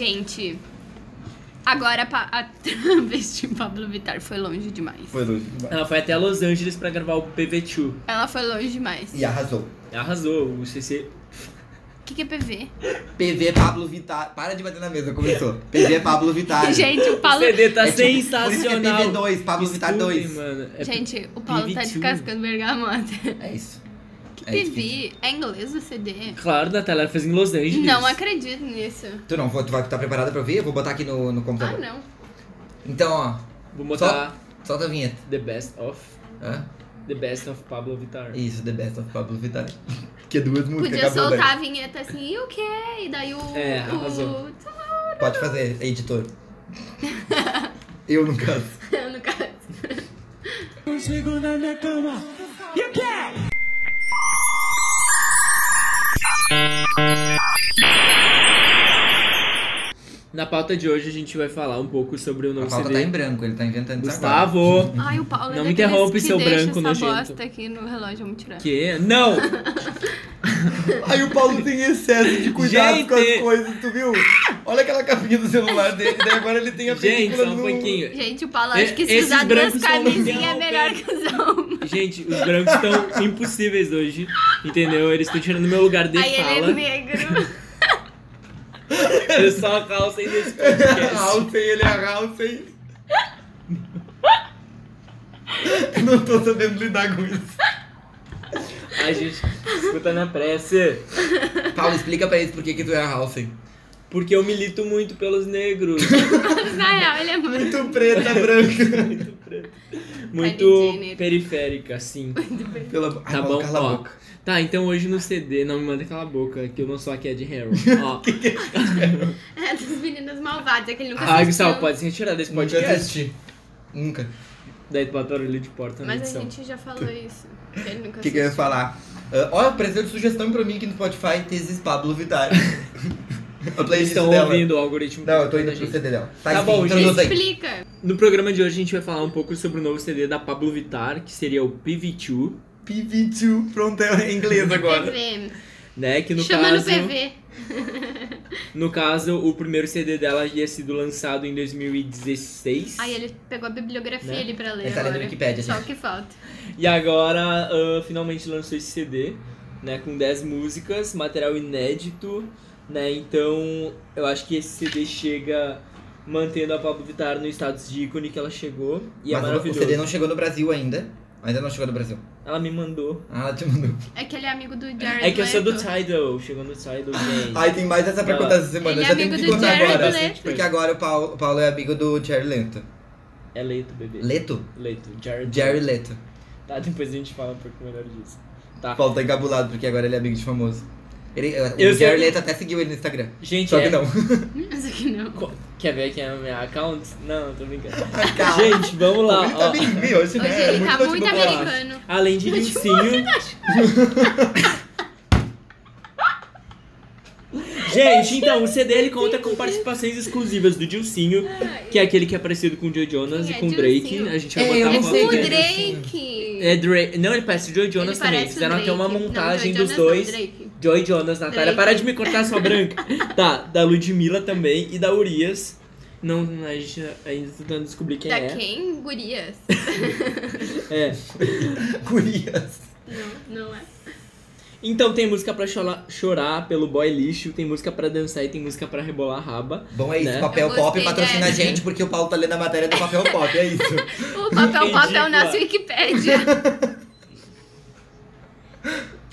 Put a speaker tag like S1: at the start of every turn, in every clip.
S1: Gente, agora pa- a travesti Pablo Vittar foi longe demais.
S2: Foi longe demais.
S3: Ela foi até Los Angeles pra gravar o PV2.
S1: Ela foi longe demais.
S2: E arrasou.
S3: Arrasou, o CC.
S1: O que, que é PV?
S2: PV Pablo Vittar. Para de bater na mesa, começou. PV Pablo Vittar.
S1: Gente, o
S3: O
S1: Paulo.
S3: CD tá
S2: É tipo- por isso que é
S3: sensacional.
S2: PV2, Pablo Vittar
S3: Escutem,
S2: 2.
S3: Mano, é
S1: Gente, o Paulo tá
S3: PV2.
S1: descascando bergamota.
S2: um. É isso.
S1: Que
S2: É
S1: PV? É inglês o CD?
S3: Claro, Natália, ela fez em Los Angeles.
S1: Não acredito nisso.
S2: Tu não, tu vai estar preparada pra ouvir? Eu vou botar aqui no, no
S1: Ah,
S2: computador.
S1: não.
S2: Então, ó,
S3: Vou botar
S2: solta a vinheta.
S3: The Best of.
S2: Hã?
S3: The Best of Pablo Vittar.
S2: Isso, The Best of Pablo Vittar. Que é duas músicas,
S1: Podia
S2: acabou,
S1: soltar a vinheta assim, e o quê? E daí o.
S3: É,
S1: o-
S3: arrasou.
S2: velho. Pode fazer, editor. Eu, no caso.
S1: no caso.
S3: Na pauta de hoje a gente vai falar um pouco sobre o
S2: A
S3: novo
S2: pauta
S3: CD.
S2: tá em branco, ele tá inventando isso agora.
S3: Gustavo!
S1: Ai, o Paulo é
S3: Não me
S1: daqueles
S3: interrompe,
S1: que
S3: seu
S1: deixa
S3: branco
S1: essa
S3: nojento.
S1: bosta aqui no relógio, vamos tirar.
S3: Que? Não!
S2: Aí o Paulo tem excesso de cuidado com as
S3: Gente!
S2: coisas, tu viu? Olha aquela capinha do celular dele, daí agora ele tem a
S3: Gente,
S2: película
S3: só um
S2: no-
S3: pouquinho.
S1: Gente, o Paulo acho
S3: E-
S1: que se
S3: esses
S1: usar duas
S3: brancos só não
S1: camisinhas é
S3: interrompem.
S1: melhor que usar uma.
S3: Gente, os brancos estão impossíveis hoje, entendeu? Eles estão tirando meu lugar de
S1: Aí ele é
S3: fala.
S1: negro.
S3: Eu só a calça ainda desse podcast.
S2: Halsey, ele é Halsey. Eu não tô sabendo lidar com isso.
S3: Ai, gente, escuta na prece.
S2: Paulo, explica pra eles por que, que tu é Halsey.
S3: Porque eu milito muito pelos negros.
S1: Na real, ele é muito.
S2: Tu preta, branca.
S3: Muito preto. Muito
S1: Jenner.
S3: periférica, assim.
S2: Pela... Ai,
S3: Tá
S2: Paulo,
S3: bom,
S2: cala a
S3: ó.
S2: boca.
S3: Tá, então hoje no CD, não me manda cala a boca, que eu não sou a Cad Harold. Ó,
S1: É dos meninos malvados, é que ele nunca
S3: a
S1: assistiu.
S3: Ah, Gustavo pode se retirar desse
S2: Nunca
S3: podcast.
S2: assisti. Nunca.
S3: Daí tu bota ali de porta na
S1: Mas a
S3: edição.
S1: gente já falou
S3: Tá.
S1: isso. que Ele nunca
S2: O que, que eu ia
S1: assistiu.
S2: falar? Ah, ó, apareceu de sugestão pra mim aqui no Spotify, Tesis Pablo Vittar. a
S3: Eles
S2: playlist
S3: estão
S2: dela.
S3: ouvindo o algoritmo.
S2: Não, eu tô
S3: da
S2: indo pro
S3: gente.
S2: CD dela.
S3: Tá
S2: enfim,
S3: bom,
S2: então eu
S3: gente.
S2: sei.
S1: Explica.
S3: No programa de hoje a gente vai falar um pouco sobre o novo CD da Pablo Vittar, que seria o PV2,
S2: PV2, pronto, é em inglês agora.
S1: PV.
S3: né? Que no
S1: Chama
S3: caso,
S1: no PV.
S3: no caso, o primeiro CD dela ia sido lançado em 2016.
S2: é
S1: Aí ele pegou a bibliografia
S3: Né?
S1: ali pra ler
S2: Ele tá lendo
S1: agora.
S2: no Wikipedia,
S1: Só
S2: gente.
S1: o que falta.
S3: E agora ah, finalmente lançou esse CD, né? Com 10 músicas, material inédito, né? Então eu acho que esse CD chega mantendo a Pablo Vittar no status de ícone que ela chegou. E é
S2: Mas o- o
S3: maravilhoso.
S2: CD não chegou no Brasil ainda. Ainda não chegou no Brasil.
S3: Ela me mandou.
S2: Ah, ela te mandou.
S1: É que ele é amigo do Jared
S3: É que eu sou do
S1: Leto.
S3: Tidal, chegou no Tidal,
S2: Ah,
S3: gente.
S2: Ai, tem mais essa pra
S3: Vai lá.
S2: contar essa semana.
S1: Ele
S2: eu
S1: é
S2: já tenho
S1: amigo
S2: que
S1: do né?
S2: contar
S1: Jared
S2: agora.
S1: Leto.
S2: Porque agora o Paulo, o Paulo é amigo do Jerry Leto.
S3: É leito, bebê.
S2: Leto?
S3: Leito, Jared.
S2: Jerry Leto.
S3: Tá, depois a gente fala um pouco melhor disso. Tá.
S2: O Paulo tá engabulado, porque agora ele é amigo de famoso. Ele,
S3: Eu
S2: o
S3: sei.
S2: Jerry Leto até seguiu ele no Instagram.
S3: Gente,
S2: Só que
S3: é-
S2: não.
S1: Mas é que não.
S3: Co- Quer ver quem é a minha account? Não, tô brincando.
S2: Calma.
S3: gente, vamos lá.
S2: Ele tá
S3: ó.
S2: bem ruim hoje, né?
S1: Hoje ele
S2: É
S1: tá
S2: notebook
S1: muito
S2: pra lá.
S1: americano. Cano.
S3: Além de lincinho. Gente, então, o CD ele conta com participações exclusivas do Dilcinho, que é aquele que é parecido com o Joe Jonas
S1: Ah, Quem
S3: e
S1: é
S3: com o
S1: Dilcinho?
S3: Drake. A gente vai
S2: É,
S3: botar
S2: eu
S3: a
S1: É
S2: não
S3: foto
S2: sei
S1: com o
S2: quem é
S3: dele.
S1: Drake.
S3: Tá É Drake. Não, ele parece o Joe Jonas
S1: Ele
S3: também.
S1: parece o
S3: Fizeram até uma
S1: Drake. Não,
S3: montagem
S1: Joe
S3: dos
S1: Jonas não,
S3: dois.
S1: Drake.
S3: Joy Jonas, Natália,
S1: Drake.
S3: para de me cortar sua branca. tá, da Ludmilla também e da Urias. Não, a gente ainda tá tentando descobrir quem
S1: da
S3: é.
S1: quem? Gurias.
S3: É.
S2: Gurias.
S1: não, não é.
S3: Então tem música pra chola- chorar pelo boy lixo, tem música pra dançar e tem música pra rebolar a raba.
S2: Bom, é isso.
S3: Né?
S2: Papel
S1: Eu
S2: Pop
S1: gostei
S2: patrocina a
S1: dessa.
S2: gente, porque o Paulo tá lendo a matéria do Papel Pop, é isso.
S1: O papel pop é o nosso Wikipédia.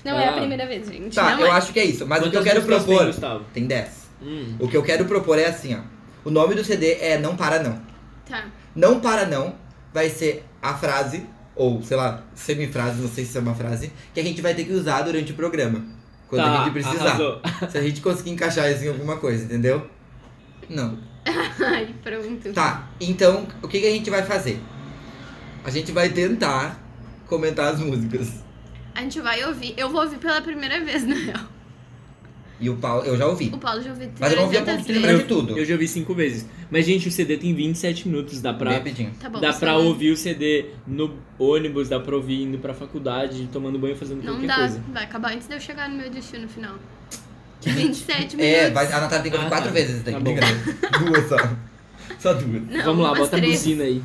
S1: Não é
S3: Ah.
S1: a primeira vez, gente.
S2: Tá,
S1: não
S2: eu
S1: é.
S2: acho que é isso. Mas o que eu
S3: Quantas
S2: quero
S3: músicas
S2: propor...
S3: Tem, Gustavo?
S2: Tem 10.
S3: Hum.
S2: O que eu quero propor é assim, ó. O nome do CD é Não Para Não.
S1: Tá.
S2: Não Para Não vai ser a frase, ou sei lá, semifrase, não sei se é uma frase, que a gente vai ter que usar durante o programa. Quando
S3: Tá,
S2: a gente precisar.
S3: arrasou.
S2: Se a gente conseguir encaixar isso em alguma coisa, entendeu? Não.
S1: Ai, pronto.
S2: Tá, então o que, que a gente vai fazer? A gente vai tentar comentar as músicas.
S1: A gente vai ouvir. Eu vou ouvir pela primeira vez, na real.
S2: E o Paulo, eu já ouvi.
S1: O tá Paulo já ouviu
S2: Mas eu não ouvi a
S1: 300
S2: ponto de
S1: vezes.
S2: lembrar de tudo.
S3: Eu já ouvi cinco vezes. Mas, gente, o CD tem 27 minutos, dá
S2: Bem
S3: pra.
S2: rapidinho.
S1: Tá bom.
S3: Dá
S1: só
S3: pra
S1: não-
S3: ouvir o CD no ônibus, dá pra ouvir indo pra faculdade, tomando banho, fazendo
S1: Não
S3: qualquer
S1: dá.
S3: coisa.
S1: Vai acabar antes de eu chegar no meu destino final. 27 minutos.
S2: É, vai, a Natália tem que ouvir
S3: Ah,
S2: quatro
S3: tá.
S2: vezes esse daqui.
S3: Tá bom.
S2: brincadeira. duas só. Só duas.
S1: Não,
S3: Vamos lá,
S1: umas
S3: bota
S1: três.
S3: a buzina aí.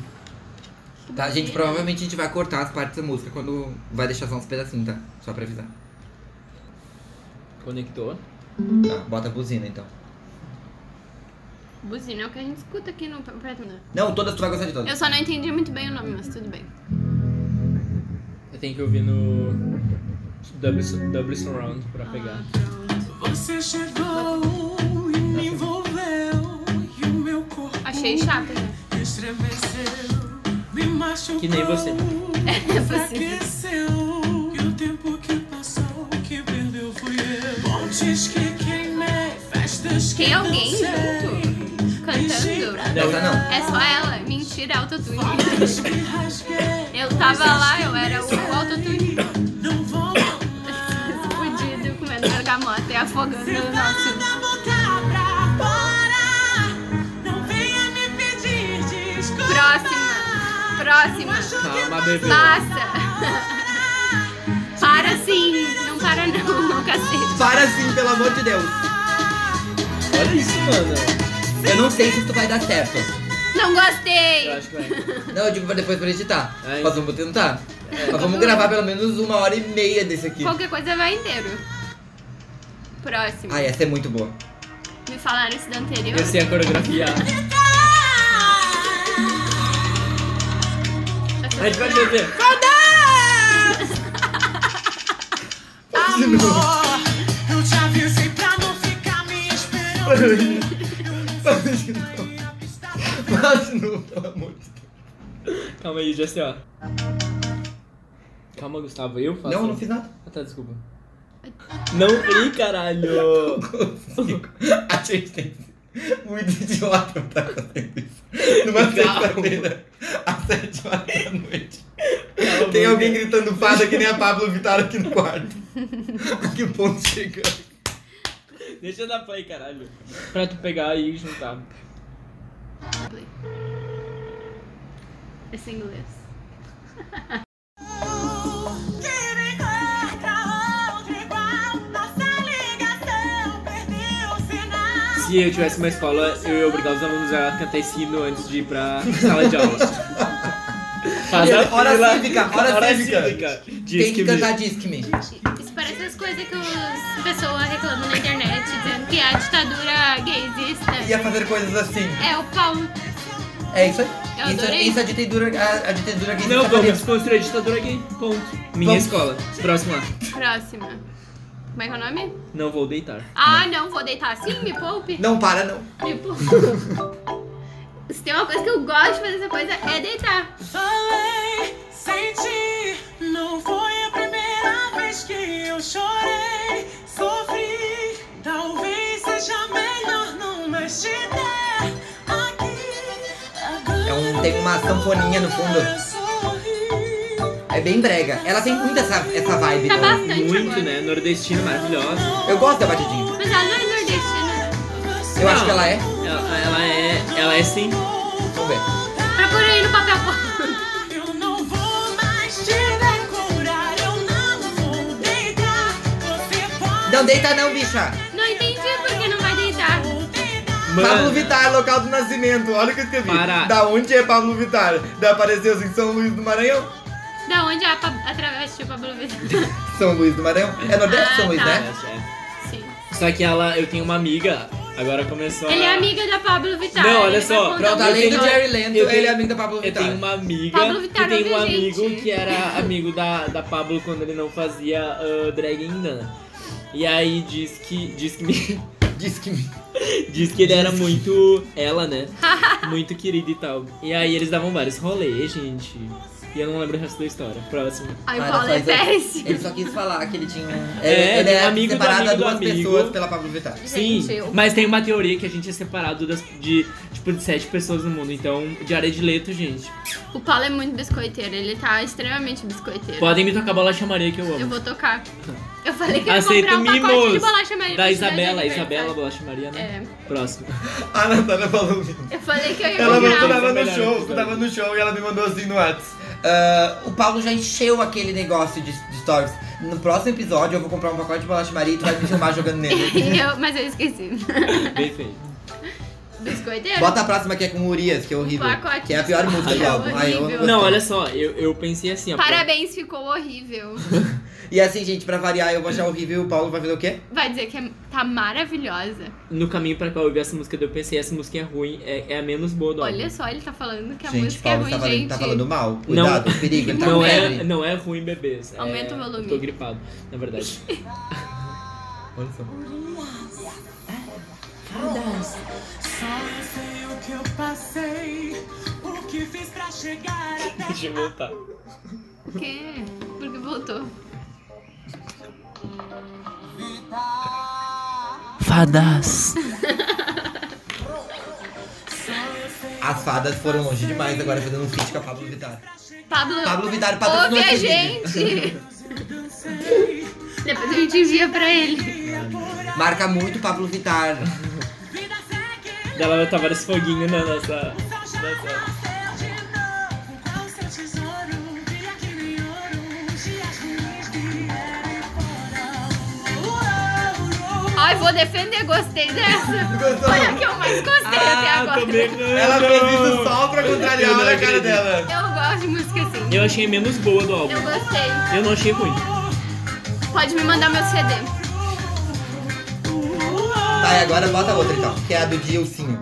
S2: Tá, gente,
S1: Bobeira.
S2: provavelmente a gente vai cortar as partes da música quando vai deixar só uns pedacinhos, tá? Só pra avisar.
S3: Conectou.
S2: Tá, bota a buzina então.
S1: Buzina é o que a gente escuta aqui no Pretendo.
S2: Não, todas tu vai gostar de todas.
S1: Eu só não entendi muito bem o nome, mas tudo bem.
S3: Eu tenho que ouvir no Double, double Surround pra pegar.
S1: Ah, pronto.
S4: Você chegou e me envolveu e o meu corpo
S1: Achei chato, né?
S4: estremeceu, me machucou.
S3: Que nem você.
S1: É,
S4: me
S1: assim.
S4: Enfraqueceu e o tempo que passou, que perdeu fui eu. Pontes que queimei, festas que
S1: Tem alguém
S4: dancei,
S1: Cantando?
S4: beijei pra
S3: Não,
S2: Essa não.
S1: É só ela. Mentira, é autotune.
S4: Falas que rasguei,
S1: Eu tava lá, eu era o autotune.
S4: não vou amar.
S1: Fudido, comendo bergamota e afogando
S4: Se
S1: o
S4: tá
S1: nosso...
S4: da boca pra fora, não venha me pedir desculpa.
S1: Próxima. Próxima.
S3: Calma, bebê.
S1: Tá. Passa. Para sim. Não para não, não, cacete.
S2: Para sim, pelo amor de Deus.
S3: Olha isso, mano.
S2: Eu não sei se isso vai dar certo.
S1: Não
S3: Eu
S1: gostei.
S3: acho que vai.
S2: Não, eu digo pra depois pra editar.
S3: Ai.
S2: Mas vamos tentar.
S3: É.
S2: Mas vamos gravar pelo menos uma hora e meia desse aqui.
S1: Qualquer coisa vai inteiro. Próximo.
S2: Ai, essa é muito boa.
S1: Me falaram isso da anterior?
S3: Eu sei a coreografia.
S1: Essa é
S3: A gente vai beber.
S4: Amor, eu te avisei pra não ficar me esperando.
S2: Faz de novo. Faz de novo, pelo amor de Deus.
S3: Calma aí, Jesse, ó. Calma, Gustavo, eu faço.
S2: Não, não fiz nada.
S3: Ah, tá, desculpa. Não ri, caralho!
S2: Consigo. A gente tem que ser muito idiota pra estar fazendo isso. Numa
S3: Calma.
S2: sexta-feira, às sete horas da noite.
S3: Calma,
S2: Tem
S3: né?
S2: alguém gritando fada que nem a Pablo Vittar aqui no quarto. A que ponto chegamos?
S3: Deixa eu dar play, caralho. Pra tu pegar e juntar.
S1: Play. Esse é inglês.
S4: Queria encontrar outro igual. Nossa ligação perdeu o sinal.
S3: Se eu tivesse uma escola, eu ia obrigar os alunos a cantar esse hino antes de ir pra sala de aula. Faz a
S2: Hora
S3: fila,
S2: cívica, hora cívica.
S3: Diz
S2: Tem que
S3: me-
S2: cantar Disque-me.
S1: Isso parece as coisas que as pessoas reclamam na internet, dizendo que a ditadura gaysista
S2: Ia fazer coisas assim.
S1: é o pau.
S2: É isso aí.
S1: Eu
S2: Isso,
S1: adorei.
S2: isso é a ditadura, a, a ditadura que
S3: Não,
S2: tá fazendo.
S3: vamos construir a ditadura gay. Ponto. Minha
S2: Vamos.
S3: escola. Próxima.
S1: Próxima. Como é que é o nome?
S3: Não vou deitar.
S1: Ah, não, vou deitar assim, me poupe.
S2: Não, para, não.
S1: Me poupe. Se tem uma coisa que eu gosto de fazer essa coisa, é deitar.
S4: Falei, senti, não foi a primeira vez que eu chorei, sofri. Talvez seja melhor não mais te ter aqui.
S2: É um- tem uma sanfoninha no fundo.
S4: fundo.
S2: É bem brega. Ela tem muito essa, essa vibe.
S1: Tá
S2: dela.
S1: bastante
S3: Muito,
S1: agora.
S3: né? Nordestina maravilhosa.
S2: Eu gosto da batidinha.
S1: Mas ela não é nordestina.
S2: Eu acho que ela é.
S3: Ela, ela é. Ela é sim.
S2: Vamos ver.
S1: Procura aí no papel pop.
S4: Eu não vou mais te decorar, eu não vou deitar. Você pode.
S2: Não deita não, bicha.
S1: Não entendi por que não vai deitar.
S2: Pablo
S3: Mano,
S2: Vittar, local do nascimento. Olha o que eu escrevi.
S3: Para.
S2: Da onde é Pablo Vittar? Da Apareceu em São Luís do Maranhão?
S1: Da onde a, pa- tipo, a travesti Pablo Vittar?
S2: São Luís do Maranhão? É Nordeste
S1: Ah,
S2: São Luís,
S1: tá.
S2: né?
S3: é.
S1: Sim.
S3: Só que ela. Eu tenho uma amiga. Agora começou
S1: Ele é
S3: a-
S1: amiga da Pablo Vittar.
S3: Não, olha
S1: ele tá vai
S3: só,
S1: contar
S2: Pronto,
S1: muito
S2: além do
S1: sobre-
S2: Jerry Lento,
S3: eu tenho-
S2: ele é amigo da Pablo
S3: Eu
S2: Vittar.
S3: tenho uma amiga
S1: Pablo Vittar,
S3: e tem um
S1: ouve a gente.
S3: amigo que era amigo da, da Pablo quando ele não fazia ah, drag ainda. né? E aí diz que. Diz que, me-
S1: tá.
S2: Diz que me...
S3: diz que ele era muito. ela, né? Muito querido e tal. E aí eles davam vários rolês, gente. E eu não lembro o resto da história. Próximo.
S1: Ai, o
S2: Para,
S1: Paulo é
S2: faz aí.
S1: péssimo.
S2: Ele só quis falar que ele tinha... ele
S3: É, ele é
S2: é
S3: amigo do
S2: separado a
S3: amigo do
S2: duas
S3: amigo.
S2: pessoas pela Pablo Vittar.
S1: Gente,
S3: Sim,
S1: eu-
S3: mas tem uma teoria que a gente é separado das, de, tipo, de sete pessoas no mundo. Então, diária de leto, gente.
S1: O Paulo é muito biscoiteiro, ele tá extremamente biscoiteiro.
S3: Podem me tocar bolacha Maria que eu amo.
S1: Eu vou tocar. Eu falei que eu ia
S3: Aceito
S1: comprar um pacote de
S3: mimos
S1: bolacha Maria. pra te
S3: da
S1: dar de É.
S3: Isabela,
S1: aniversário.
S3: Isabela Bolacha Maria, né? Próximo.
S2: A Natália falou isso.
S1: Eu falei que eu ia
S2: Ela
S1: comprar. um
S2: mandou,
S3: Esse é o
S2: tava no
S3: melhor
S2: show, tu
S3: episódio.
S2: tava no show e ela me mandou assim no Whats. Ah, o Paulo já encheu aquele negócio de, de stories. No próximo episódio eu vou comprar um pacote de bolacha Maria e tu vai me filmar jogando nele.
S1: Eu, mas eu esqueci.
S3: Bem feito.
S1: Biscoiteiro?
S2: Bota a próxima que é com o Urias, que é horrível.
S1: Um pacote
S2: que é a pior
S1: de
S2: música do álbum. Ai, eu
S1: horrível.
S2: gostei.
S3: Não, olha só, eu, eu pensei assim, ó.
S1: Parabéns, ficou horrível.
S2: E assim, gente, pra variar, eu vou achar horrível e o Paulo vai fazer o quê?
S1: Vai dizer que é- tá maravilhosa.
S3: No caminho pra qual eu vi essa música, eu pensei, essa música é ruim, é, é a menos boa do álbum.
S1: Olha só, ele tá falando que a
S2: gente,
S1: música é
S2: Paulo
S1: ruim,
S2: tá, falando,
S1: gente.
S2: tá falando mal. Cuidado, perigo, ele tá
S3: não,
S2: com
S3: é,
S2: febre.
S3: não é ruim, bebês. é-
S1: Aumenta o volume.
S3: Tô gripado, na verdade.
S2: Olha só.
S4: Só eu sei o que eu passei, o que fiz pra chegar até
S3: Deixa eu voltar.
S1: Por quê? Porque voltou.
S3: Fadas.
S2: As fadas foram longe demais agora fazendo um feat com a Pablo Vittar.
S1: Pablo,
S2: Pablo Vittar
S1: ouve
S2: patrocinou
S1: a
S2: esse
S1: gente!
S4: eu dancei.
S1: Depois a gente envia pra ele.
S4: E agora,
S2: Marca muito Pablo Vittar.
S4: vida segue,
S3: Ela tava né, nesse foguinho na nossa.
S4: o sol já nasceu de novo. Qual o seu tesouro? Brilha que nem ouro, os dias ruins vieram e foram. Uou, uou, uou.
S1: Ai, vou defender, gostei dessa.
S2: Gostou?
S1: Olha a que eu mais gostei até
S3: Ah, tô
S1: agora.
S3: berrando.
S2: Ela fez isso só pra contrariar
S3: Eu não
S2: olha a cara
S3: acredito.
S2: dela.
S1: Eu gosto de música assim.
S3: Eu achei a menos boa do álbum.
S1: Eu gostei.
S3: Eu não achei ruim.
S1: Pode me mandar meu CD.
S2: Tá, e agora bota outra então, que é a do Dilcinho.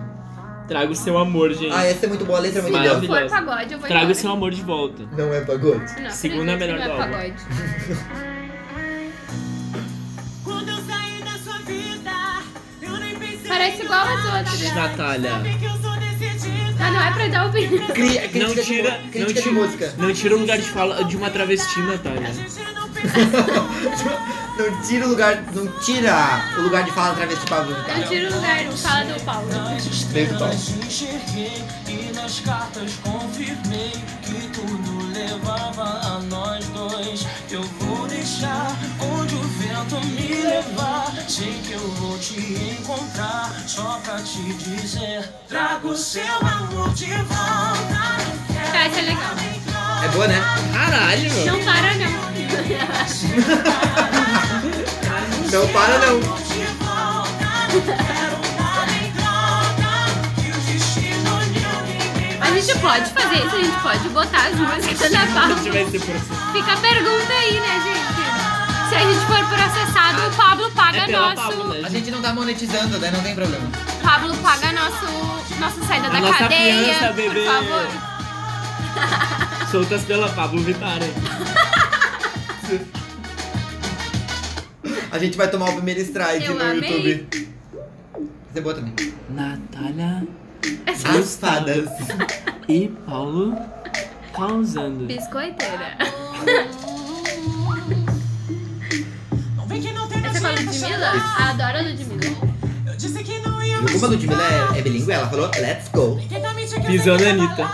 S3: Traga o seu amor, gente.
S2: Ah, é. essa é muito boa, a letra é muito
S1: Se não
S2: boa.
S3: Maravilha.
S1: for
S3: Maravilhosa.
S1: pagode, eu vou
S3: Traga o
S1: embora.
S3: seu amor de volta.
S2: Não é pagode?
S1: Não,
S3: Segunda
S1: acredito que não
S3: melhor
S1: é
S3: do álbum.
S1: pagode.
S4: Quando eu saí da sua vida, eu nem pensei.
S1: Parece
S4: em
S1: igual
S4: nada.
S1: as outras.
S3: Natália.
S4: Sabe que eu sou decidida.
S1: Ah, não é pra dar opinião.
S2: Cri- É Crítica,
S3: Não
S2: de mu-
S3: tira,
S2: crítica
S3: não
S2: de
S3: tira,
S2: música.
S3: não tira o lugar de fala de uma travesti, Natália.
S4: A gente não pensa assim. só.
S2: Não tira o lugar. Não tira o lugar de fala através de Pablo
S1: Eu
S2: Vittar.
S1: tiro o lugar de fala do Paulo.
S2: Meio do Paulo.
S5: enxerguei e nas cartas confirmei que tudo levava a nós dois. Eu vou deixar onde o vento me levar. Sei que eu vou te encontrar só pra te dizer.
S4: Traga o seu amor de volta.
S1: Tá, essa é legal.
S2: É boa, né?
S3: Caralho, meu.
S1: Não para, não.
S2: Não Então, para não.
S4: Amor de volta. Quero uma droga que o destino uniu
S1: A gente pode fazer isso, a gente pode botar as músicas na Pablo.
S3: Se tivesse processado.
S1: Fica a pergunta aí, né, gente? Se a gente for processado, o Pablo paga
S3: É pela
S1: nosso.
S3: Pablo, né?
S2: A gente não tá monetizando, né? Não tem problema.
S1: Pablo paga nosso. Nossa saída da
S3: nossa
S1: cadeia,
S3: fiança,
S1: por
S3: bebê.
S1: favor.
S3: Soltas pela Pablo Vittar. hein?
S2: A gente vai tomar o primeiro strike
S1: Eu
S2: no
S1: amei.
S2: YouTube. Você é boa também.
S3: Natália
S2: As fadas.
S3: e Paulo causando.
S1: Biscoiteira.
S4: Não vem que não tem
S1: Essa é com a Ludmilla? Adoro a Ludmilla.
S4: Eu disse que não ia
S2: Como a Ludmilla é, é bilíngue, ela falou, let's go.
S3: Pisou na Anitta.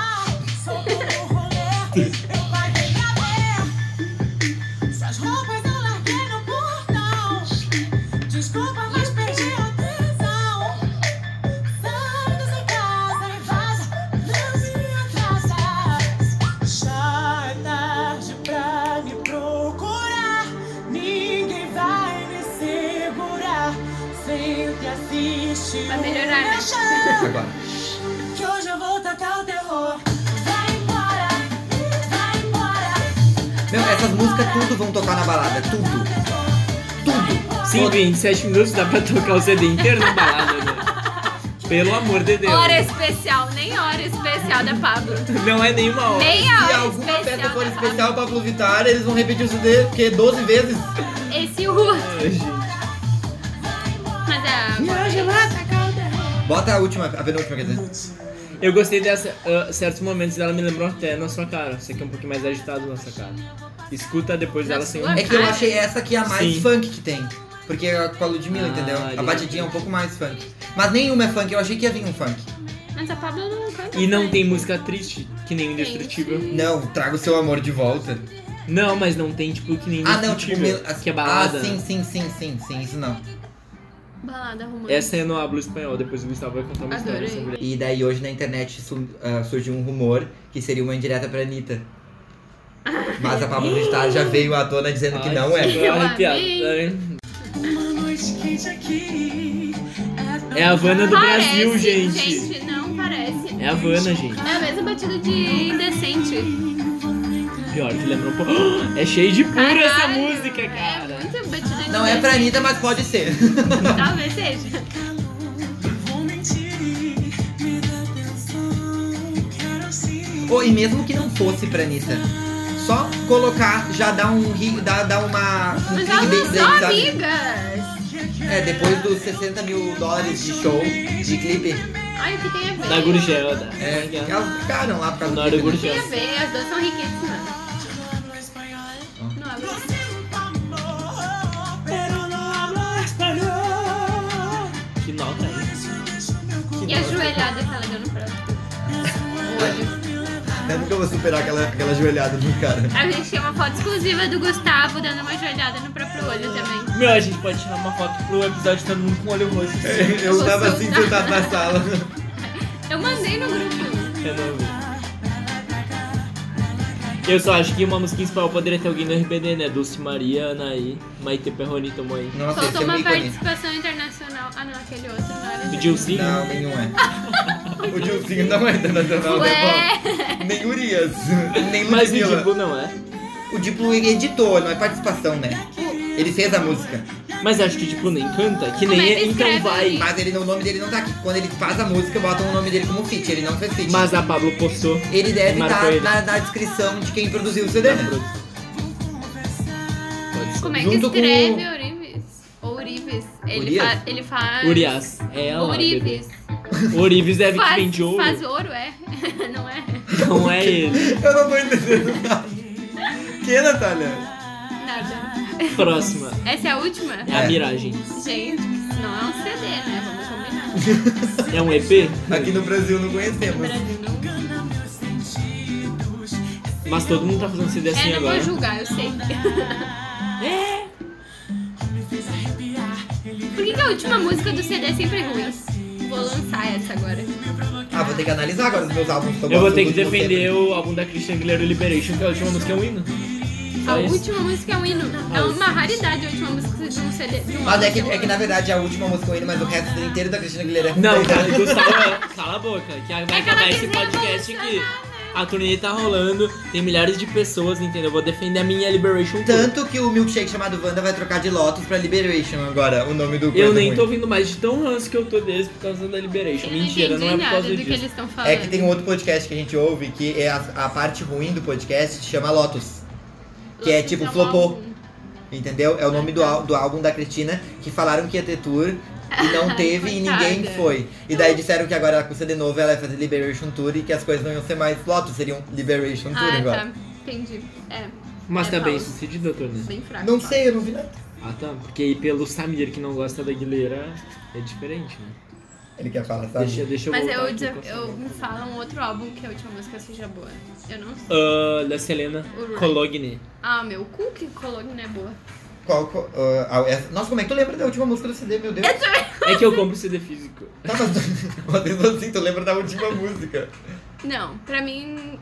S4: Desculpa, mas perdi a atenção. Sai dessa casa e vaza, não me atrasas. Já é tarde pra me procurar. Ninguém vai me segurar. Sempre assiste.
S1: Vai
S4: o
S1: melhorar, né?
S4: meu chão.
S2: Agora.
S4: Que hoje eu vou tacar o terror. Vai embora, vai embora.
S2: Meu, essas músicas tudo vão tocar na balada. Tudo. Tudo.
S3: Sim, 27 minutos dá pra tocar o CD inteiro na balada, né? Pelo amor de Deus.
S1: Hora especial, nem hora especial da Pablo.
S3: Não é nenhuma hora.
S1: Meia
S2: Se
S1: hora
S2: alguma
S1: especial.
S2: festa for
S3: assim.
S1: da Pablo.
S2: especial pra Pablo Vittar, eles vão repetir o CD, porque 12 vezes.
S1: Esse urro.
S3: Ai, gente.
S1: Mas é.
S4: tá
S2: Bota a última, a penúltima, quer dizer.
S3: Eu gostei dessa. ah, certos momentos dela me lembrou até na sua cara. Isso aqui é um pouquinho mais agitado na sua cara. Escuta depois
S1: Na
S3: dela sem
S1: sua
S2: É que eu achei essa aqui a mais
S3: Sim.
S2: funk que tem. Porque é com a Ludmilla,
S3: Ah,
S2: entendeu? A
S3: ali.
S2: batidinha é um pouco mais funk. Mas nenhuma é funk, eu achei que ia vir um funk.
S1: Mas a Pablo não canta.
S3: E não
S1: né?
S3: tem música triste, que nem Indestrutível.
S2: Não, traga o seu amor de volta.
S3: Não, mas não tem, tipo, que nem
S2: Ah, não, tipo,
S3: Indestrutível,
S2: mel- as-
S3: que é balada.
S2: Ah, sim, sim, sim, sim, sim, isso não.
S1: Balada um romântica.
S3: Essa é no Hablo Espanhol, depois o Gustavo vai contar uma história
S1: Adorei.
S3: sobre
S2: E daí hoje na internet su- ah, surgiu um rumor que seria uma indireta pra Anitta. Mas a Pablo Vittar já veio à tona dizendo que
S3: Ai,
S2: não é.
S3: ficou
S1: Eu
S3: arrepiado,
S1: amei.
S3: tá vendo?
S4: Uma noite quente aqui.
S3: É a Havana do Brasil, gente.
S1: Ah, Gente, não parece.
S3: É a Havana, gente.
S1: É a mesma batida de Indecente.
S3: Pior que lembra um pouco. É cheio de pura essa
S1: Caralho,
S3: música,
S1: É
S3: cara.
S1: muito batida de
S2: Não é pra
S1: Indecente.
S2: Anitta, mas pode ser.
S1: Talvez seja.
S2: É.
S4: Vou mentir, me dá atenção, quero sim.
S2: Ou e mesmo que não fosse pra Anitta, só colocar já dá um ri, dá, dá uma. Um
S1: Mas elas não
S2: clickbait,
S1: são
S2: sabe?
S1: amigas.
S2: É, depois dos 60 mil dólares de show, de clipe,
S1: Ai, o que tem a ver?
S3: Da Gurgelda.
S2: é, que elas ficaram lá pra
S3: Na hora do
S1: O que tem a
S3: Gurgelda.
S1: ver? As duas são riquíssimas. Não, agora-
S3: Que nota é aí.
S1: E a joelhada que ela deu no prato. Olho.
S2: Eu nunca vou superar aquela, aquela joelhada do cara.
S1: A gente tem uma foto exclusiva do Gustavo dando uma joelhada no próprio olho também.
S3: Meu, a gente pode tirar uma foto pro episódio todo mundo com olho roxo. assim.
S2: Eu tava assim sentado na sala.
S1: Eu mandei no grupo.
S3: Eu não vi. Eu só acho que uma musiquinha espanhol poderia ter alguém no RBD, né? Dulce Maria, Anaí, Maite Perroni, tamo aí.
S2: Nossa, esse
S1: Soltou
S2: é um
S1: uma
S2: ícone.
S1: participação internacional. Ah, não, aquele outro não era.
S3: Do Gilzinho?
S2: Não, nenhum é. O Gilzinho não é internacional, né,
S1: Ué!
S2: Bob? Nem Urias, nem
S3: Mas o Dibu
S2: Ludmilla.
S3: não é.
S2: O Diplo ele editou, não é participação, né? Ele fez a música,
S3: Mas acho que o Diplo nem canta, que
S1: Como
S3: nem
S1: é
S3: é,
S1: que
S3: então
S1: escreve?
S3: vai.
S2: mas ele, o nome dele não tá aqui. Quando ele faz a música, botam o nome dele como feat, ele não fez feat.
S3: Mas a Pablo postou.
S2: ele deve estar
S3: Marcou ele.
S2: na, na descrição de quem produziu o CD.
S3: na produção. Tá Pode ser.
S1: Como é que
S2: Junto com
S1: escreve Ourives? Ourives. Ele,
S2: Urias?
S1: fa ele faz.
S3: Urias. É ela.
S1: Ourives.
S3: bebê. Ourives deve que
S1: Faz,
S3: vem é de ouro.
S1: faz ouro, é? Não é?
S3: Não é ele.
S2: Eu não tô entendendo nada. Que, Natália?
S1: Nada.
S3: Próxima.
S1: Essa é a última?
S3: É a
S2: É.
S3: Miragem.
S1: Gente, isso não é um CD, né? Vamos combinar.
S3: É um EP?
S2: Aqui no Brasil não conhecemos.
S3: Mas todo mundo tá fazendo CD assim
S1: é, não
S3: agora. É.
S1: vou julgar, eu sei. Por que, que a última música do CD é sempre ruim? Vou lançar essa agora.
S2: Ah, vou ter que analisar agora os meus álbuns.
S3: Eu vou ter que defender o álbum da Christian Aguilera, o Liberation, que a última música é um hino. Só
S1: A
S3: isso.
S1: última música é um hino. É uma raridade a última música de um CD. De um
S2: Mas é que,
S1: álbum.
S2: é que na verdade é a última música ainda, mas o resto inteiro da Cristina Aguilera é
S3: Não,
S2: ruim.
S3: cara, Gustavo, cala a boca, que vai
S1: ela
S3: acabar
S1: quis
S3: esse podcast
S1: revolucionar,
S3: aqui.
S1: né?
S3: A turnê tá rolando, tem milhares de pessoas, entendeu? Eu vou defender a minha Liberation tour.
S2: Tanto que o milkshake chamado Wanda vai trocar de Lotus pra Liberation agora, o nome do
S3: Eu
S2: coisa
S3: nem
S2: ruim.
S3: tô ouvindo mais de tão ranço que eu tô deles por causa da Liberation.
S1: Eu
S3: Mentira,
S1: não
S3: não
S1: entendi
S3: é por
S1: nada
S3: causa
S1: do que eles
S3: disso.
S1: estão falando.
S2: É que tem um outro podcast que a gente ouve que é a, a parte ruim do podcast chama Lotus. Que é
S1: Lançar
S2: tipo
S1: um
S2: flopou,
S1: álbum.
S2: entendeu? É o nome do, ál- do álbum da Cristina que falaram que ia ter tour e não teve e ninguém
S1: Coitada.
S2: foi. E daí disseram que agora ela custa de novo, ela vai fazer Liberation Tour e que as coisas não iam ser mais Lotus, seriam Liberation Tour
S1: Ah,
S2: agora.
S1: tá. Entendi. É,
S3: Mas
S1: É
S3: tá bem
S1: falso.
S3: sucedido a turnê.
S1: bem fraco.
S2: Não
S1: só.
S2: sei, eu não vi nada.
S3: Ah tá, porque aí pelo Samir que não gosta da Aguilera é diferente, né?
S2: Ele quer falar, sabe?
S3: Deixa, deixa eu
S1: Mas
S3: voltar
S1: eu,
S3: aqui
S1: dizer-
S3: com a
S1: eu
S3: Samir.
S1: me fala um outro álbum que a última música seja boa. Eu não sei.
S3: Ah, da Selena
S1: Alright.
S3: Cologne.
S1: Ah, meu cu que colou não é boa.
S2: Qual, qual- ah, ah, essa- nossa, como é que tu lembra da última música do CD, meu Deus?
S3: É que eu compro CD físico.
S2: Tá, mas tu- mas mesmo assim, tu lembra da última música.
S1: Não, pra mim.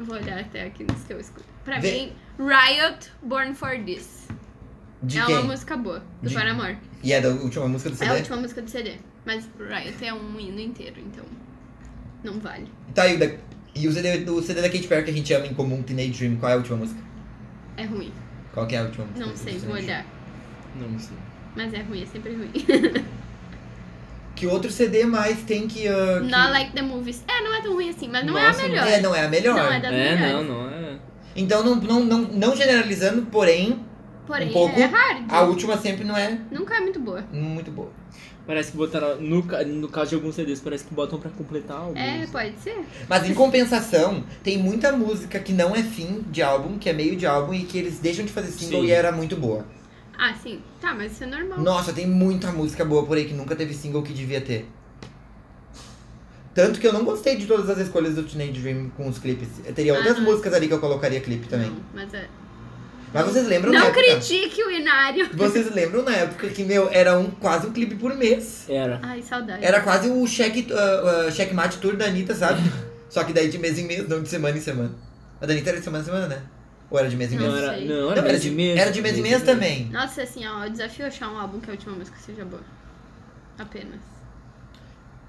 S1: Vou olhar até aqui nos que eu escuto. Pra
S2: Vê.
S1: mim, Riot Born for This.
S2: De
S1: é uma
S2: quem?
S1: música boa, do
S2: De-
S1: Paramore.
S2: E é da última música do
S1: É
S2: CD?
S1: a última música do CD. Mas Riot é um hino inteiro, então. Não vale.
S2: Tá, e o, da, e o CD, o CD da Katy Perry que a gente ama em comum, Teenage Dream, qual é a última música?
S1: É ruim.
S2: Qual que é a última música?
S1: Não
S2: do
S1: sei,
S2: Teenage
S1: vou
S2: Dream?
S1: olhar.
S3: Não sei.
S1: Mas é ruim, é sempre ruim.
S2: Que outro CD mais tem que... ah, que-
S1: Not like the movies. É, não é tão ruim assim, mas não
S3: Nossa,
S1: é a melhor.
S2: É, não é a melhor.
S1: Não, é da- Das
S3: É,
S1: melhores.
S3: não, não é.
S2: Então, não, não, não, não generalizando, porém,
S1: Porém,
S2: um pouco
S1: é hard.
S2: a última sempre não é
S1: Nunca é muito boa.
S2: muito boa.
S3: Parece que botaram. No, ca- no caso de alguns CDs, parece que botam pra completar algo.
S1: É, pode ser.
S2: Mas em compensação, tem muita música que não é fim de álbum, que é meio de álbum e que eles deixam de fazer single
S3: Sim.
S2: e era muito boa.
S1: Ah, sim. Tá, mas isso é normal.
S2: Nossa, tem muita música boa por aí que nunca teve single que devia ter. Tanto que eu não gostei de todas as escolhas do Teenage Dream com os clipes. Eu teria
S1: Ah,
S2: outras
S1: não.
S2: músicas ali que eu colocaria clipe também. é
S1: Não, mas é...
S2: Mas vocês lembram na
S1: Não
S2: época?
S1: critique o Inário.
S2: Vocês lembram na época que, meu, era um, quase um clipe por mês.
S3: Era.
S1: Ai, saudade.
S2: Era quase o uh, check, ah, ah, checkmate tour da Anitta, sabe? Só que daí de mês em mês, não de semana em semana. A da Anitta era de semana em semana, né? Ou era de mês em
S1: Não,
S2: mês?
S3: Não era,
S1: sei.
S3: não, era,
S2: Não,
S3: mês de mês.
S2: Era de mês em mês também.
S1: Nossa, assim, ó, eu desafio é achar um álbum que a última música seja boa. Apenas.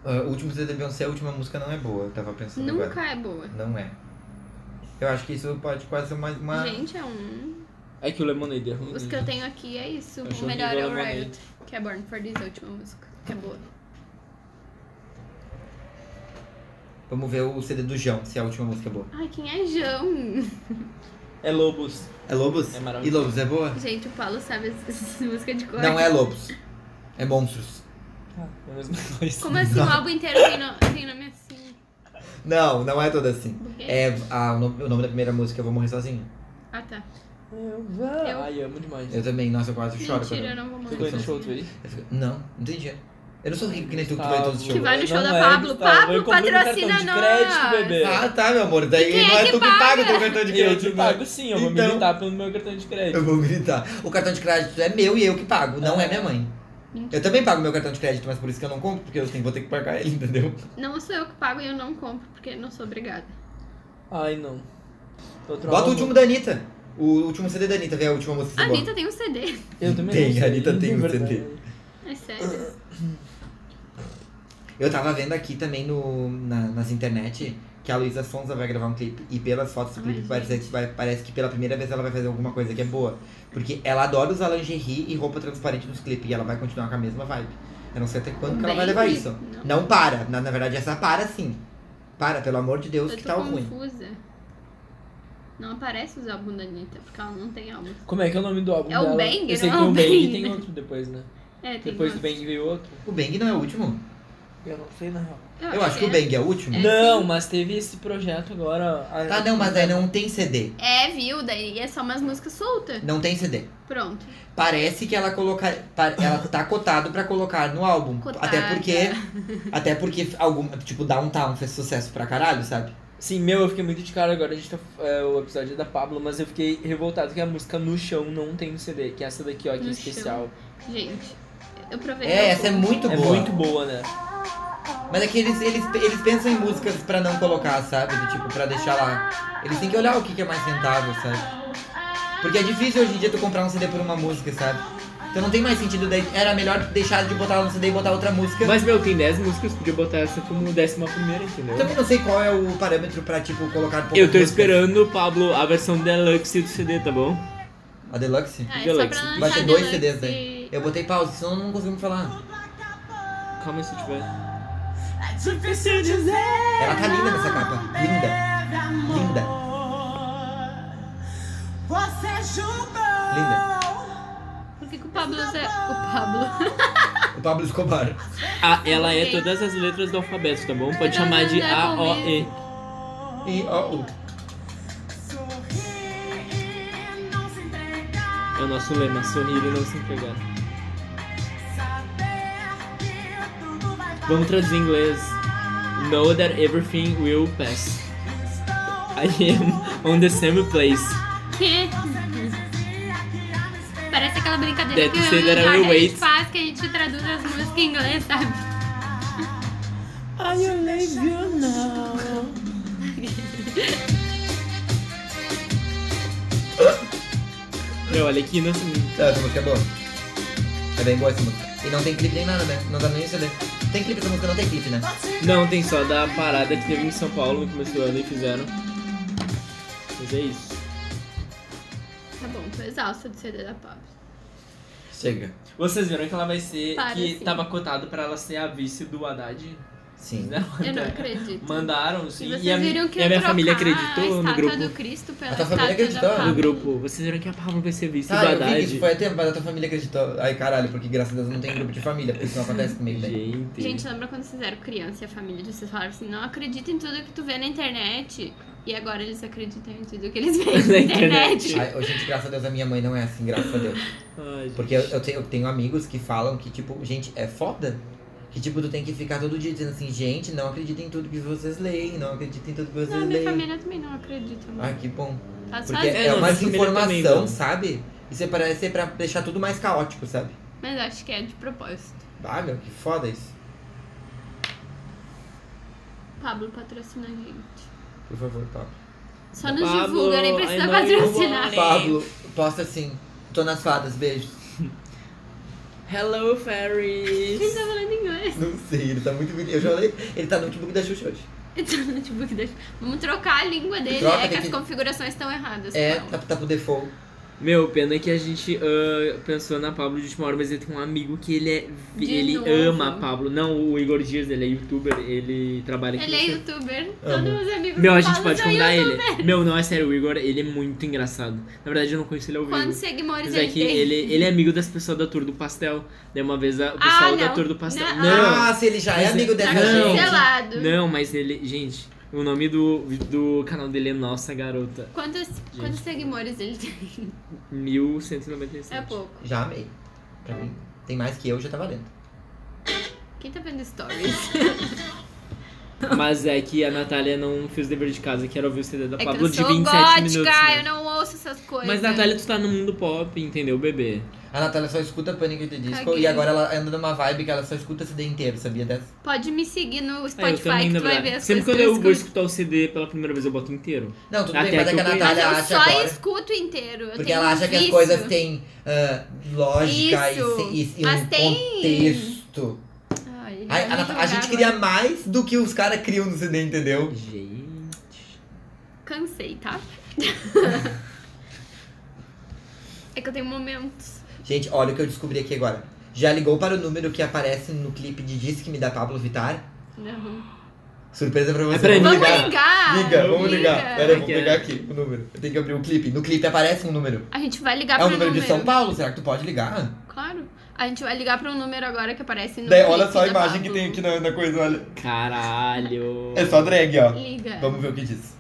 S2: Ah, o último CD da Beyoncé, a última música não é boa, eu tava pensando agora.
S1: Nunca é boa.
S2: Não é. Eu acho que isso pode quase ser uma. uma...
S1: Gente, é um.
S3: É que o Lemonade é ruim.
S1: Os que eu tenho aqui é isso.
S3: Eu
S1: O
S3: achei
S1: melhor é o
S3: horrível a
S1: Riot, que é Born for This, a última música. Que é boa.
S2: Vamos ver o CD do João, se a última música é boa.
S1: Ai, quem é João?
S3: É Lobos.
S2: É Lobos?
S3: É
S2: e
S3: maravilhoso.
S2: Lobos é boa?
S1: Gente, o Paulo sabe as músicas de cor.
S2: Não é Lobos. É Monstros.
S3: Ah, é a mesma coisa.
S1: Como assim? O álbum inteiro tem, no- tem nome assim.
S2: Não, não é toda assim.
S1: Por quê?
S2: É ah, o nome o nome da primeira música é Vou Morrer Sozinho.
S1: Ah, tá.
S3: Eu vou. Ai, amo demais.
S2: Eu também, nossa, eu quase choro.
S1: Mentira, eu
S2: quando-
S1: não vou
S3: Tu
S1: morrer.
S3: foi no
S1: sozinha.
S3: show, tu aí?
S2: Eu fico- Não, não entendi. Eu não sou rico que nem tu que tu vai em todos os
S1: Que
S2: shows.
S1: vai no show
S3: Não
S1: da
S3: é,
S1: Pablo.
S3: Gustavo,
S1: Pablo,
S3: eu comprei meu
S1: patrocina
S3: cartão de
S1: nós.
S3: crédito, bebê.
S2: Ah, tá, meu amor. Daí
S1: quem
S2: não
S1: é
S2: é,
S1: que
S2: tu que
S1: paga?
S2: paga o teu cartão de
S3: Eu
S2: crédito.
S3: te
S2: né?
S3: pago sim, eu vou
S2: Então-
S3: militar pelo meu cartão de
S2: Eu
S3: crédito.
S2: vou gritar. O cartão de crédito é meu e eu que pago, não é minha mãe.
S1: Mentira.
S2: Eu também pago meu cartão de crédito, mas por isso que eu não compro, porque eu tenho, vou ter que pagar ele, entendeu?
S1: Não sou eu que pago e eu não compro, porque não sou obrigada.
S3: Ai, não. Tô
S2: Bota
S3: trolando.
S2: o último da Anitta. O último CD da Anitta, vê a última música.
S1: A
S2: boa.
S1: Anitta tem um CD.
S3: Eu também
S2: Tem,
S3: não sei,
S2: a Anitta tem
S3: é
S2: um
S3: verdade.
S2: CD.
S1: É sério.
S2: Eu tava vendo aqui também no, na- nas internet que a Luísa Sonza vai gravar um clipe. E pelas fotos do
S1: Ai,
S2: clipe
S1: gente.
S2: parece que, vai- parece que pela primeira vez ela vai fazer alguma coisa que é boa. Porque ela adora usar lingerie e roupa transparente nos clipes. E ela vai continuar com a mesma vibe. Eu não sei até quando que ela
S1: Bem,
S2: vai levar isso.
S1: não.
S2: Não para. Na, na verdade, essa para sim. Para, pelo amor de Deus,
S1: Eu
S2: que
S1: tô
S2: tá ruim.
S1: confusa. Não aparece os álbuns da Anitta, porque ela não tem álbum.
S3: Como é que é o nome do álbum
S1: É o
S3: dela?
S1: Bang,
S3: Eu sei que
S1: não é o
S3: tem um Bang e
S1: Bang,
S3: tem
S1: né?
S3: outro depois, né?
S1: É, tem
S3: Depois do
S1: outros.
S3: Bang veio outro.
S2: O Bang não é o último?
S3: Eu não sei, na real.
S2: Eu acho que o
S1: é.
S2: Bang é o último.
S3: Não, mas teve esse projeto agora. a-
S2: Tá, não, mas aí não tem CD.
S1: É, viu? Daí é só umas músicas soltas.
S2: Não tem CD.
S1: Pronto.
S2: Parece que ela coloca, pa- ela tá cotado pra colocar no álbum.
S1: Cotada.
S2: Até porque, até porque algum, tipo Downtown fez sucesso pra caralho, sabe?
S3: Sim, meu, eu fiquei muito de cara agora. A gente tá. é, o episódio é da Pablo, mas eu fiquei revoltado que a música No Chão não tem no CD, que é essa daqui, ó, que é
S1: No
S3: especial.
S1: Gente, eu provei.
S2: É,
S1: meu
S2: essa é
S1: ponto.
S2: muito
S3: é
S2: boa.
S3: muito boa, né?
S2: Mas é que eles, eles, eles pensam em músicas pra não colocar, sabe? Do tipo pra deixar lá. Eles têm que olhar o que que é mais rentável, sabe? Porque é difícil hoje em dia tu comprar um CD por uma música, sabe? Então não tem mais sentido. daí- Era melhor deixar de botar um CD e botar outra música.
S3: Mas, meu, tem 10 músicas, podia botar essa como décima primeira, entendeu?
S2: Eu também não sei qual é o parâmetro pra, tipo, colocar poucas
S3: Eu tô
S2: músicas.
S3: esperando, Pablo, a versão deluxe do CD, tá bom?
S2: A Deluxe?
S1: Ah, é só
S3: Deluxe.
S1: pra lançar
S2: Vai ter dois né?
S1: Deluxe.
S2: CDs daí. Eu botei pausa, senão eu não conseguimos falar.
S3: Calma aí se eu tiver.
S4: É difícil dizer.
S2: Ela tá linda nessa capa. Linda. Linda.
S4: Linda. Você julgou.
S2: Linda.
S1: Por que, que o Pablo usa. O Pablo.
S2: O Pablo Escobar.
S3: Ah, ela é todas as letras do alfabeto, tá bom? Pode
S1: Todas
S3: chamar de
S1: as
S3: A-O-E.
S2: E ó, o-
S4: Sorrir e não se entregar.
S3: É o nosso lema, sorrir e não se entregar.
S4: Saber que tudo vai
S3: Vamos traduzir em inglês. Know that everything will pass. I am on the same place.
S1: Que? Parece aquela brincadeira
S3: Deve
S1: que
S3: ser
S1: eu e o
S3: That I Will
S1: Jorge a gente
S3: Wait.
S1: faz, que a gente traduz as músicas em inglês, sabe?
S3: I love you now. Meu, olha aqui, nossa.
S2: Tá, essa música é boa. É bem boa essa música. E não tem clipe nem nada, né? Não dá nem CD. Tem clipe essa música, não tem clipe, né?
S3: Não, tem só da parada que teve em São Paulo no começo do ano e fizeram. Mas é isso.
S1: Tá bom, tô exausta do CD da Pablo.
S2: Chega.
S3: Vocês viram que ela vai ser.
S1: Para,
S3: que
S1: sim.
S3: tava cotado pra ela ser a vice do Haddad?
S2: Sim.
S3: Né?
S1: Eu não acredito.
S3: Mandaram,
S1: E
S3: sim.
S1: vocês
S3: E a, mi-
S1: viram que
S3: e a minha
S1: trocar
S3: família
S1: a
S3: acreditou no
S1: estátua
S3: grupo.
S1: do Cristo pela
S2: A tua
S1: estátua
S2: família acreditou?
S1: da Pablo.
S3: No grupo. Vocês viram que a Pablo vai ser vice do
S2: Tá, eu vi que isso
S3: Haddad?
S2: foi a tempo, mas a tua família acreditou. Ai, caralho, porque graças a Deus não tem grupo de família, porque isso não acontece comigo, né?
S3: Gente.
S1: Gente, lembra quando vocês eram criança e a família de vocês falava assim, não acredita em tudo que tu vê na internet. E agora eles acreditam em tudo que eles veem na
S3: Na
S1: internet.
S3: internet.
S2: Ai, ô, gente, graças a Deus a minha mãe não é assim, graças a Deus.
S3: Ai, gente.
S2: Porque eu, eu tenho, eu tenho amigos que falam que, tipo, gente, é foda. Que, tipo, tu tem que ficar todo dia dizendo assim, gente, não acreditem em tudo que vocês leem, não acreditem em tudo que vocês
S1: Não, minha
S2: leem.
S1: família também não acredita. mano.
S2: Ai, que bom.
S1: Tá
S2: Porque
S1: sozinha.
S2: é, né?
S3: É, não,
S2: uma
S3: minha família também,
S2: desinformação,
S3: não.
S2: sabe? Isso é parece ser pra deixar tudo mais caótico, sabe?
S1: Mas acho que é de propósito.
S2: Ah, meu, que foda isso.
S1: Pablo patrocina a gente.
S2: Por favor, papo.
S1: Só nos
S3: Pablo,
S1: divulga, nem precisa
S3: I know you
S1: patrocinar.
S3: want-
S2: Pablo, posta assim. Tô nas fadas, beijos.
S3: Hello,
S1: Ele tá
S3: fairies!
S1: falando inglês.
S2: Não sei, ele tá muito bonito. Eu já olhei. Ele tá no notebook da Xuxa hoje.
S1: Ele tá no notebook dele. Vamos trocar a língua dele,
S2: Troca,
S1: é que
S2: tem
S1: as
S2: que-
S1: configurações estão erradas.
S2: É,
S1: Paulo.
S2: tá, tá pro default.
S3: Meu, pena que a gente ah, pensou na Pablo de última hora, mas ele tem um amigo que ele é. vi-
S1: De
S3: ele
S1: novo.
S3: ama a Pablo. Não, o Igor Dias, ele é youtuber, ele trabalha aqui.
S1: Ele
S3: no
S1: é
S3: centro.
S1: youtuber,
S2: Amo.
S1: todos os amigos
S3: Meu, a
S1: do
S3: gente
S1: Paulo
S3: pode
S1: são
S3: convidar ele.
S1: youtuber.
S3: Meu, não, é sério, o Igor, ele é muito engraçado. Na verdade, eu não conheço ele ao vivo.
S1: Quantos seguidores
S3: Mas
S1: ele
S3: é que
S1: tem?
S3: ele, ele é amigo das pessoas da Tour do Pastel. Daí uma vez a, o
S1: Ah,
S3: pessoal da
S1: não.
S3: Tour do Pastel.
S1: Não.
S3: Não,
S2: Ah, se ele já é
S3: Mas
S2: amigo
S3: é-
S1: Tá
S2: dessa
S3: Não.
S2: gente.
S1: cancelado.
S3: não, mas ele. Gente, o nome do, do canal dele é Nossa Garota.
S1: Quantos, quantos seguidores ele tem?
S3: 1197.
S1: É pouco.
S2: Já amei. Pra mim. Tem mais que eu, já tá valendo.
S1: Quem tá vendo stories?
S3: Mas é que a Natália não fez o dever de casa, quero ouvir o CD
S2: tá
S3: da
S1: É que
S3: Pablo
S1: eu
S3: de
S1: sou
S3: 27
S1: gótica,
S3: minutos. né?
S1: eu não ouço essas coisas.
S3: Mas Natália, tu tá no mundo pop, entendeu, bebê?
S2: A Natália só escuta Pânico de Disco
S1: Caguei.
S2: e agora ela anda numa vibe que ela só escuta CD inteiro, sabia dessa?
S1: Pode me seguir no
S3: Ah, eu
S1: Spotify
S3: também,
S1: que
S3: na
S1: tu vai ver
S3: verdade.
S1: as
S3: Sempre
S1: coisas
S3: quando eu
S1: que eu
S3: vou
S1: escuto.
S3: escutar o CD pela primeira vez, eu boto inteiro.
S2: Não, tudo
S3: Até
S2: bem, mas é
S3: que
S2: que a
S3: eu conheço.
S1: Mas
S2: Natália
S1: eu
S2: acha
S1: só
S2: agora.
S1: escuto inteiro. Eu
S2: Porque
S1: tenho
S2: ela
S1: um
S2: acha que as
S1: vício.
S2: coisas têm ah, lógica e
S1: Isso.
S2: se- e, e
S1: Mas
S2: um
S1: tem- é
S2: contexto.
S1: Ai,
S2: Ai, a,
S1: realmente
S2: Nata- a gente
S1: brava.
S2: queria mais do que os caras criam no CD, entendeu?
S3: Gente.
S1: Cansei, tá? é que eu tenho momentos.
S2: Gente, olha o que eu descobri aqui agora. Já ligou para o número que aparece no clipe de Disque Me da Pablo Vittar?
S1: Não.
S2: Surpresa pra você.
S3: É pra mim.
S1: Vamos
S3: ligar.
S1: ligar!
S2: Liga, vamos ligar. Pera aí,
S3: Aqui,
S2: vamos
S3: né?
S2: pegar aqui o número. Eu tenho que abrir o clipe. No clipe aparece um número.
S1: A gente vai ligar
S2: é
S1: pro
S2: o número,
S1: número.
S2: de São Paulo? Será que tu pode ligar?
S1: Claro. A gente vai ligar pra um número agora que aparece no.
S2: Daí, olha
S1: clipe
S2: só a
S1: da
S2: imagem que
S1: Pablo.
S2: tem aqui na, na coisa, olha.
S3: Caralho.
S2: É só drag, ó.
S1: Liga.
S2: Vamos ver o que diz.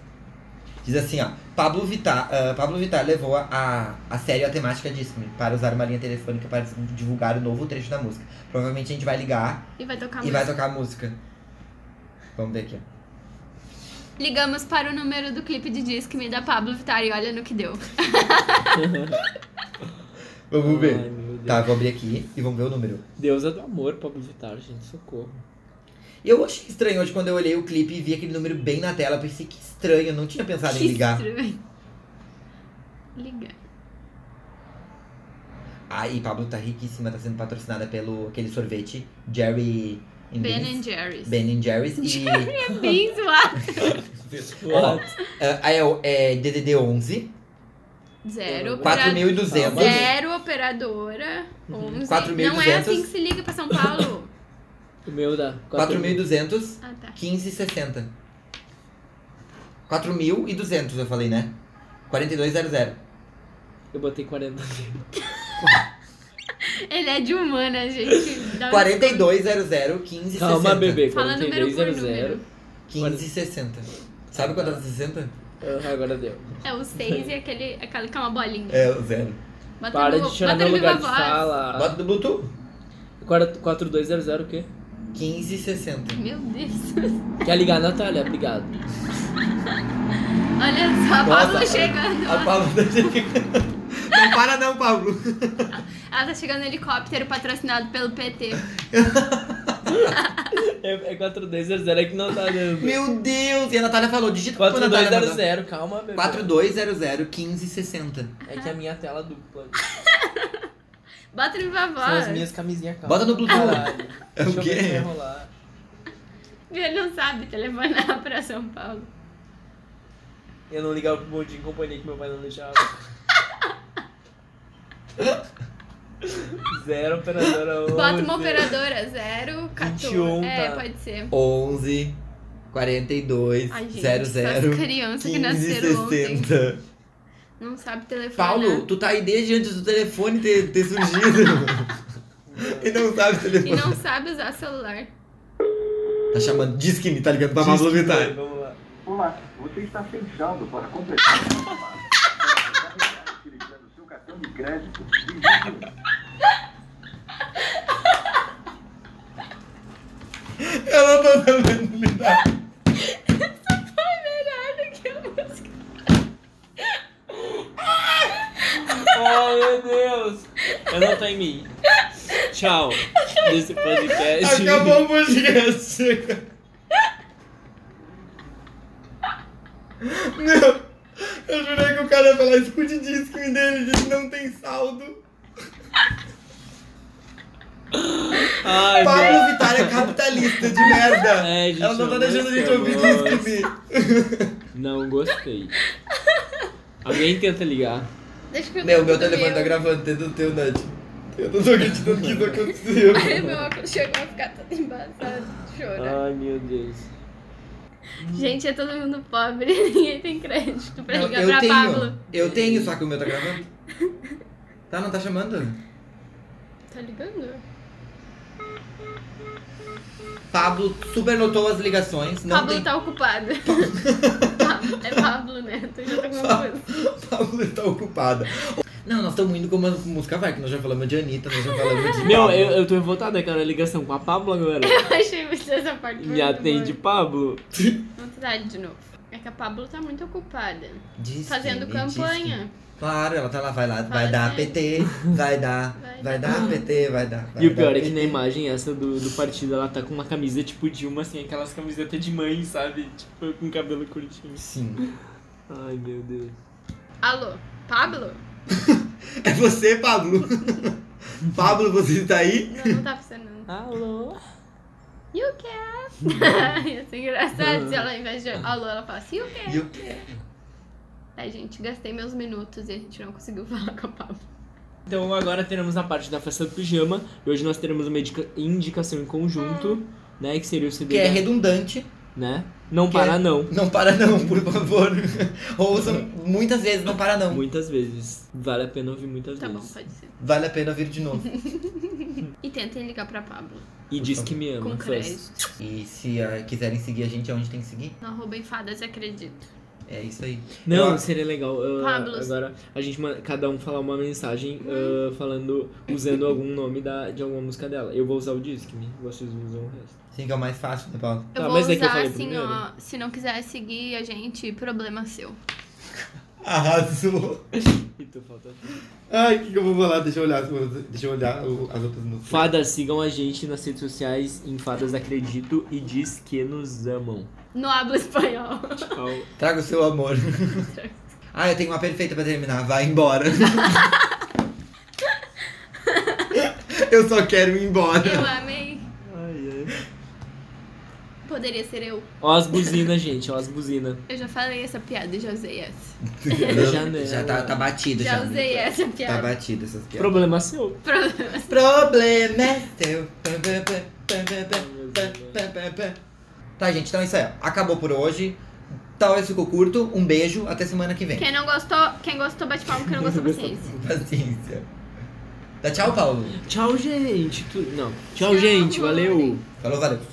S2: Diz assim, ó. Pablo Vittar, ah, Pablo Vittar levou a, a sério a temática Discman para usar uma linha telefônica para divulgar o novo trecho da música. Provavelmente a gente vai ligar
S1: E vai tocar
S2: e
S1: música.
S2: vai tocar a música. Vamos ver aqui. ó.
S1: Ligamos para o número do clipe de Disque Me da Pablo Vittar e olha no que deu.
S2: Vamos
S3: Ai,
S2: ver.
S3: meu Deus.
S2: Tá, vou abrir aqui e vamos ver o número.
S3: Deusa do amor, Pablo Vittar, gente, socorro.
S2: Eu achei estranho hoje quando eu olhei o clipe e vi aquele número bem na tela. Pensei que estranho, eu não tinha pensado
S1: Que
S2: em ligar.
S1: estranho. Liga.
S2: Ah, e Pablo tá riquíssima, tá sendo patrocinada pelo aquele sorvete Jerry and
S1: Ben
S2: Beans.
S1: and Jerry's.
S2: Ben and Jerry's e
S1: É bem zoado.
S2: Ó, é, é o- é DDD 11,
S1: Zero. opera-
S2: 4.200.
S1: Zero operadora.
S3: Uhum.
S1: 11. Não é
S2: 4.200.
S1: assim que se liga pra São Paulo.
S3: O meu dá.
S2: 4.200,
S1: ah, tá.
S2: 15,60. 4.200 eu falei, né? 4200.
S3: Eu botei 40.
S1: Ele é de humana, gente. Dá um-
S2: 4200, 15,60.
S3: Calma, bebê.
S1: Fala número por
S3: 4200.
S1: número.
S2: 15,60. Sabe quanto é 60?
S3: Ah, Agora deu.
S1: É o 6 e aquele, aquele que é uma bolinha.
S2: É, o zero.
S1: Bota
S3: Para
S1: no-
S3: de chorar
S1: bota
S3: no
S1: viva
S3: lugar de
S1: voz.
S3: fala.
S2: Bota do Bluetooth.
S3: 4200 o quê?
S2: 15,60.
S1: Meu Deus.
S3: Quer ligar, Natália? Obrigado.
S1: Olha só, a
S2: Nossa,
S1: Pablo chegando.
S2: A Paula tá chegando. Não para não, Pablo.
S1: Ela tá chegando no helicóptero patrocinado pelo PT.
S3: É, é 4200 é que não tá dando.
S2: Meu Deus. E a Natália falou, digita pra Natália mandou.
S3: 4200, calma, bebê.
S2: 4200, 15,60.
S3: É que a minha tela dupla.
S1: Bota no viva
S3: São as
S1: voz.
S3: minhas camisinhas calma.
S2: Bota no Bluetooth.
S3: Caralho.
S2: É o
S3: Deixa eu ver
S2: quê?
S3: se vai rolar.
S1: Ele não sabe telefonar pra São Paulo.
S3: Eu não ligava pro bondinho em companhia que meu pai não deixava. Zero operadora 11.
S1: Bota uma operadora, 0,
S3: 21,
S1: 14. É,
S3: tá.
S1: pode ser.
S2: 11 42
S1: Ai, gente,
S2: 00
S1: essas crianças que
S2: 15
S1: nasceram ontem
S2: 60.
S1: não sabe telefonar.
S2: Paulo, tu tá aí desde antes do telefone ter, ter surgido. e não sabe o
S1: E
S2: telefone.
S1: não sabe usar celular.
S2: Tá chamando, diz que me tá ligando pra Pablo Vittar.
S3: Vamos lá.
S6: Olá, você está fechado para completar o seu passo. Para carregar e utilizar o seu cartão de crédito, digite um.
S2: Eu não tô sabendo lidar.
S1: Foi melhor do que a música.
S3: Oh, meu Deus. Eu não tô em mim. Tchau. Desse podcast.
S2: Acabou o podcast. Meu. Eu jurei que o cara ia falar, escute disco e dele, disse não tem saldo.
S3: Ai,
S2: Pablo
S3: velho.
S2: Vittar é capitalista de merda.
S3: É, gente,
S2: Ela não tá
S3: eu
S2: deixando a gente
S3: gosto,
S2: ouvir
S3: eu
S2: disco
S3: Não gostei. Alguém tenta ligar.
S1: Deixa que eu
S2: Meu, meu
S1: tudo
S2: telefone tá
S1: meu. é um.
S2: gravando, tem do teu, Nath. Eu não tô acreditando que isso aconteceu.
S1: Ai, meu óculos chegou a ficar todo embaçado, chora.
S3: Ai, meu Deus.
S1: Gente, é todo mundo pobre, ninguém tem crédito pra
S2: Não,
S1: ligar pra Pablo.
S2: eu tenho, só que o meu tá gravando. Tá, não tá chamando?
S1: Tá ligando?
S2: Pablo super notou as ligações. Não
S1: Pablo
S2: tem...
S1: tá ocupado. Pablo- é Pablo Neto, eu já tô confuso.
S2: Pablo tá ocupada. Não, nós estamos indo como a música vai, que nós já falamos de Anitta, nós já falamos de.
S3: Meu,
S2: Pablo.
S3: eu, eu tô revoltado naquela ligação com a Pablo agora.
S1: Eu achei muito essa parte
S3: Me
S1: muito
S3: atende,
S1: boa.
S3: Pablo.
S1: Vou tentar de novo. É que a Pablo tá muito ocupada.
S2: Diz
S1: Fazendo
S2: que me diz
S1: campanha.
S2: que- Claro, ela tá lá, vai lá, vai
S1: Vai
S2: dar
S1: ser.
S2: PT, vai dar,
S1: Vai
S2: vai
S1: dar.
S2: dar PT, vai dar. vai
S3: E o pior
S2: dar
S3: é que na
S2: PT.
S3: imagem essa do, do partido ela tá com uma camisa tipo Dilma, assim, aquelas camisetas de mãe, sabe? Tipo, com cabelo curtinho.
S2: Sim.
S3: Ai, meu Deus.
S1: Alô, Pablo?
S2: É você, Pablo? Pablo, você está aí?
S1: Não, não tá funcionando.
S3: Alô?
S1: You
S3: Uhum.
S1: can! Ia ser engraçado se ela, ao invés de alô, ela falasse you can.
S2: E o quê?
S1: Ai, gente, gastei meus minutos e a gente não conseguiu falar com a Pablo.
S3: Então agora teremos a parte da festa do pijama. E hoje nós teremos uma indica- indicação em conjunto, né? Que seria o CD.
S2: Que é
S3: da-
S2: redundante.
S3: né? Não
S2: Que
S3: para,
S2: é-
S3: não.
S2: Não para não, por favor. Ouçam muitas vezes, não para não.
S3: Muitas vezes. Vale a pena ouvir muitas
S1: Tá bom,
S3: vezes.
S1: pode ser.
S2: Vale a pena vir de novo.
S1: E tentem ligar pra Pablo.
S3: E diz que me ama.
S1: Com
S3: first.
S1: crédito.
S2: E se ah, quiserem seguir a gente, aonde tem que seguir?
S1: Não roubem fadas, acredito.
S2: É isso aí.
S3: Não,
S2: Eu-
S3: seria legal. uh,
S1: Pablo.
S3: agora a gente ma- cada um falar uma mensagem uh, falando, usando algum nome da, de alguma música dela. Eu vou usar o Disque Me, vocês usam o resto.
S2: Sim, que é o mais fácil, né, Paulo?
S1: Eu
S3: Tá,
S1: vou
S3: mas é que eu
S1: usar
S3: falei
S1: assim, ó. Se não quiser seguir a gente, problema seu.
S2: Arrasou.
S3: E tu falta.
S2: Ai, o que, que eu vou falar? Deixa eu olhar as, outras- deixa eu olhar o- as outras músicas.
S3: Fadas, sigam a gente nas redes sociais em Fadas Acredito e diz que nos amam.
S1: Não hablo espanhol.
S3: Tchau.
S2: Traga o seu amor. ah, eu tenho uma perfeita pra terminar. Vai embora. eu só quero ir
S1: Eu
S2: embora.
S1: amei.
S3: Ai, ai.
S1: Poderia ser eu.
S3: Ó as buzinas, gente, ó as buzinas.
S1: Eu já falei essa piada e já usei essa.
S2: já tá, tá batido já.
S1: Já usei essa é
S2: Tá
S1: piada.
S2: batido essas piadas.
S3: Problema seu.
S1: Problema.
S2: Problema é teu. Pam, pam, pam, pam, pam, pam, pam, pam, pam. Tá, gente, então é isso aí. ó. Acabou por hoje. Talvez ficou curto. Um beijo. Até semana que vem.
S1: Quem não gostou, quem gostou bate palma, quem não gostou, paciência.
S2: Paciência. Dá tchau, Paulo.
S3: Tchau, gente. Tu... Não. Tchau, gente. Valeu.
S2: Falou, valeu.